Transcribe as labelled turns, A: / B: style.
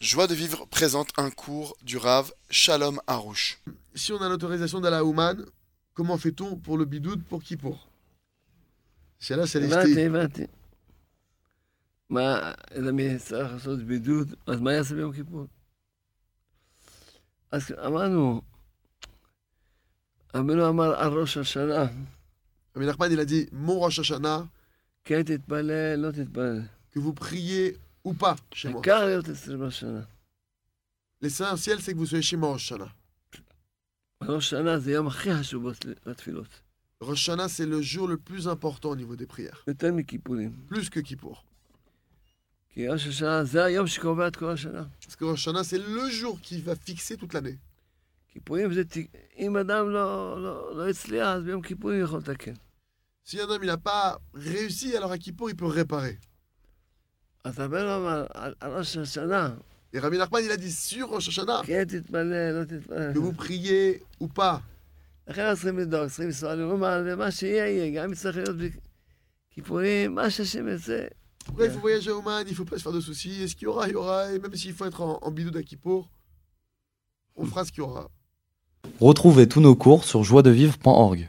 A: Joie de vivre présente un cours du Rav Shalom Harouche.
B: Si on a l'autorisation d'Allah Ouman, comment fait-on pour le bidoud pour qui pour Celle-là, c'est
C: הבנתי,
B: listé.
C: הבנתי. מה, למי צריך לעשות בידוד, אז מה יעשה ביום כיפור? אז אמרנו, רבנו אמר על ראש השנה,
B: Rabbi Nachman, il a dit Mon Rosh Hashanah,
C: כן תתפלל, לא תתפלל.
B: que vous priez ou pas chez moi.
C: העיקר להיות אצלנו השנה.
B: L'essentiel, c'est que vous soyez chez moi Rosh Hashanah.
C: ראש השנה זה היום הכי חשוב בת- בתפילות,
B: Rosh Hashanah, c'est le jour le plus important au niveau des prières,
C: יותר מכיפורים.
B: plus que Kippour.
C: כי ראש השנה זה היום שקובע את כל השנה.
B: Parce que Rosh Hashanah, c'est le jour qui va fixer toute l'année.
C: כיפורים זה, ת- אם אדם לא, לא, לא הצליח, אז ביום כיפורים יכול לתקן.
B: Si un homme n'a pas réussi, alors à Kippour, il peut réparer.
C: אז רבנו אמר, על על ראש השנה,
B: Et Rabbi Nachman, il a dit sur Rosh Hashanah,
C: כן תתפלל, לא תתפלל.
B: que vous priez ou pas.
C: לכן אז צריכים לדאוג, צריכים לנסוע לרומן, ומה שיהיה יהיה, גם אם צריך להיות בלי- כיפורים, מה שהשם ירצה.
B: Après, il faut voyager au Man, il faut pas se faire de soucis. Et ce qu'il y aura, il y aura. Et même s'il faut être en, en bidoud à Kippour, on fera ce qu'il y aura.
D: Retrouvez tous nos cours sur joiedevivre.org.